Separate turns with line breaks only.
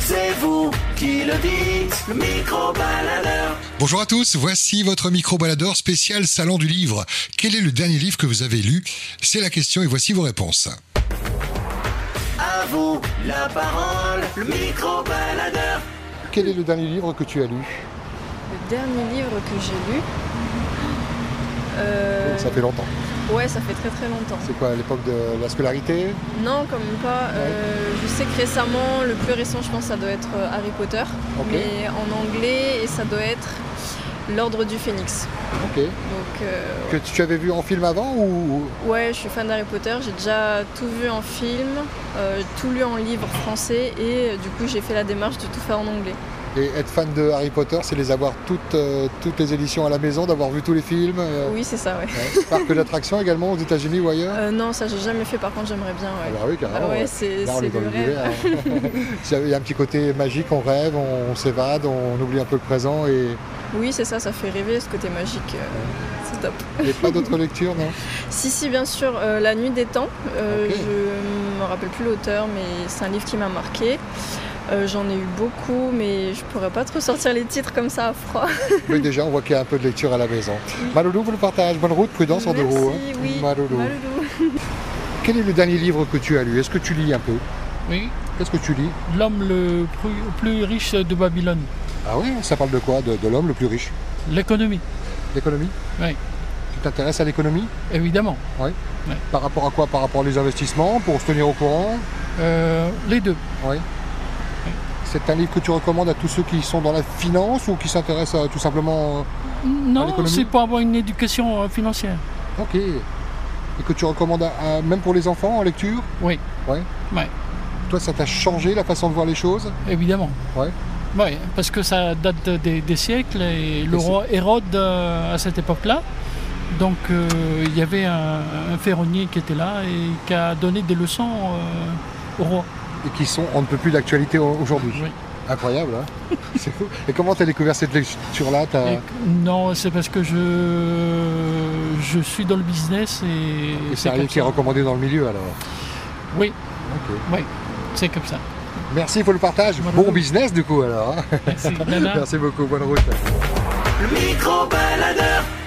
c'est vous qui le dites, le micro-baladeur.
Bonjour à tous, voici votre micro-baladeur spécial Salon du Livre. Quel est le dernier livre que vous avez lu C'est la question et voici vos réponses.
À vous la parole, le micro-baladeur.
Quel est le dernier livre que tu as lu
Le dernier livre que j'ai lu. euh,
Ça fait longtemps.
Ouais, ça fait très très longtemps.
C'est quoi, à l'époque de la scolarité
Non, quand même pas. Euh, je sais que récemment, le plus récent, je pense, ça doit être euh, Harry Potter,
Ok.
mais en anglais, et ça doit être L'Ordre du Phénix.
Ok.
Donc, euh,
Que tu avais vu en film avant ou
ouais, je suis fan d'Harry Potter. J'ai déjà tout vu en film, euh, tout lu en livre français, et euh, du coup, j'ai fait la démarche de tout faire en anglais.
et être fan de Harry Potter, c'est les avoir toutes, euh, toutes les éditions à la maison, d'avoir vu tous les films euh,
Oui, c'est ça, ouais.
ouais. Parc d'attractions également aux États-Unis ou ailleurs
Euh, non, ça, j'ai jamais fait. Par contre, j'aimerais bien,
Ah
ouais.
bah oui, carrément.
Ah ouais,
ouais.
c'est
Là, on
c'est
est dans
le
l'univers,
rêve.
hein. Il y a un petit côté magique, on rêve, on, on s'évade, on oublie un peu le présent et,
Oui, c'est ça, ça fait rêver ce côté magique. euh, c'est top.
et pas d'autres lectures, non
Si, si, bien sûr, euh, La Nuit des Temps. euh,
Ok.
Je me rappelle plus l'auteur, mais c'est un livre qui m'a marqué. Euh, J'en ai eu beaucoup, mais je pourrais pas trop sortir les titres comme ça à froid.
Mais déjà, on voit qu'il y a un peu de lecture à la maison. Maloulou vous le partage. Bonne route, prudence en deux
Merci,
roues. hein.
oui.
Maloulou.
Maloulou.
Quel est le dernier livre que tu as lu Est-ce que tu lis un peu
Oui,
Qu'est-ce que tu lis
l'homme le plus- plus riche de Babylone,
Ah ouais, ça parle de quoi De, de l'homme le plus riche
l'économie,
L'économie
Oui.
Tu t'intéresses à l'économie
évidemment.
Par rapport à quoi Par rapport aux investissements, pour se tenir au courant
Euh, les deux.
C'est un livre que tu recommandes à tous ceux qui sont dans la finance ou qui s'intéressent à- tout simplement... euh,
Non,
l'économie
c'est pour avoir une éducation euh, financière.
Ok. Et que tu recommandes à- à- même pour les enfants en lecture
Oui.
Ouais.
Ouais.
Toi, ça t'a changé la façon de voir les choses
Évidemment.
Ouais.
Ouais, parce que ça date des, des siècles et le
Des
roi Hérode euh, à cette époque-là. Donc euh, il y avait un, un ferronnier qui était là et qui a donné des leçons euh, au roi.
et qui sont on ne peut plus d'actualité au- aujourd'hui.
Oui.
Incroyable, hein C'est fou. Et comment t'as découvert cette lecture-là T'as-
Et- non, c'est parce que je je suis dans le business et,
Et c'est un
comme
livre qui est
ça.
recommandé dans le milieu alors.
Oui,
Ok.
c'est comme ça.
Merci pour le partage.
Bonne
Bon
route.
business du coup alors. hein.
Merci, Nana.
Merci beaucoup. Bonne route.
Le micro-baladeur.